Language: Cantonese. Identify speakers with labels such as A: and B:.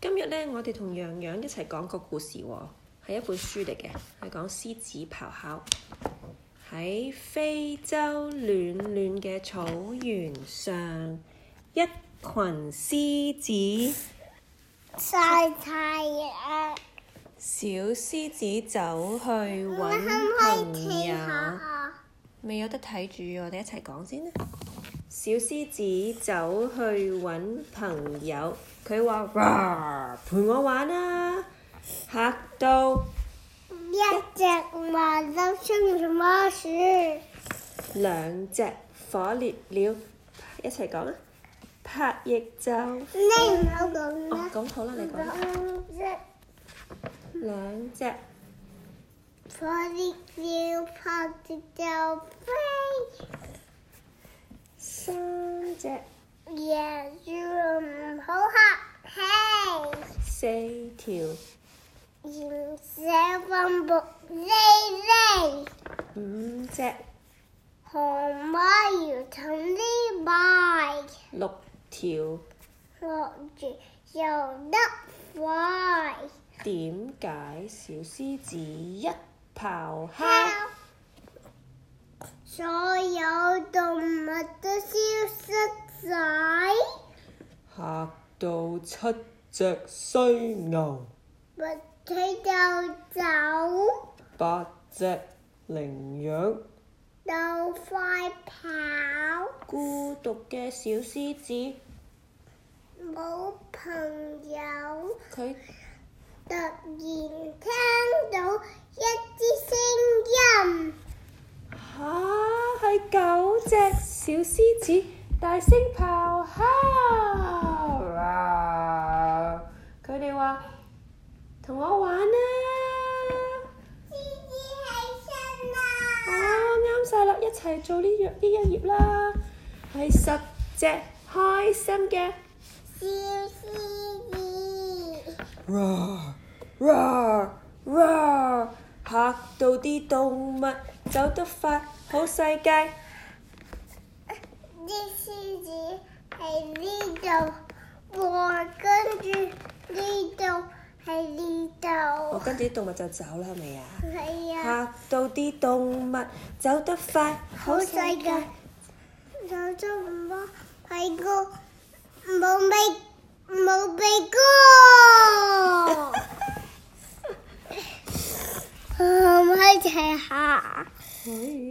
A: 日咧，我哋同洋洋一齊講個故事喎、係一本書嚟嘅，係講獅子咆哮喺非洲暖暖嘅草原上，一群獅子，
B: 晒太陽，
A: 小獅子走去揾
B: 嗯可唔可以
A: 朋
B: 睇
A: 友。
B: 下？
A: 未有得睇住，我哋一齊講先啦。小獅子走去揾朋友，佢話：哇，陪我玩啦、嚇到
B: 一隻麻粒生什麼樹？
A: 兩隻火烈鳥，一齊講啦。拍翼就哦，
B: 你唔好講啦，
A: 咁好啦，你講啦。
B: 講隻
A: 兩隻
B: 火烈鳥拍住就飛，
A: 三隻
B: 椰樹唔好客
A: 四條
B: 氣，鹽水放木喱喱，
A: 五隻
B: 紅馬搖頭呢埋，
A: 六條，
B: 落住游得快。
A: 點解小獅子一咆哮？
B: 哈！所有動物都消失晒，
A: 嚇到七隻犀牛，
B: 物體就走，
A: 八隻羚羊，
B: 就快跑，
A: 孤獨嘅小獅子，
B: 冇朋友。
A: 佢
B: 突然聽到一啲聲音，
A: 嚇係九隻小獅子大聲咆哮，佢哋話同我玩啊啦、
B: 獅子起身
A: 啊，
B: 啦！
A: 啱晒啦，一齊做呢樣呢一頁啦，係十隻開心嘅。
B: 小獅子，
A: roar roar roar，嚇到啲動物走得快，好世界。
B: 啲獅子喺呢度，哇！跟住呢度喺呢
A: 我
B: 度，
A: 哦跟住啲動物就走啦，係咪啊？
B: 係啊，
A: 嚇到啲動物走得快，好
B: 好
A: 世
B: 世界
A: 界。。
B: 走咗唔好，係個冇鼻冇鼻哥，Oh, 唔可以睇下。
A: 哎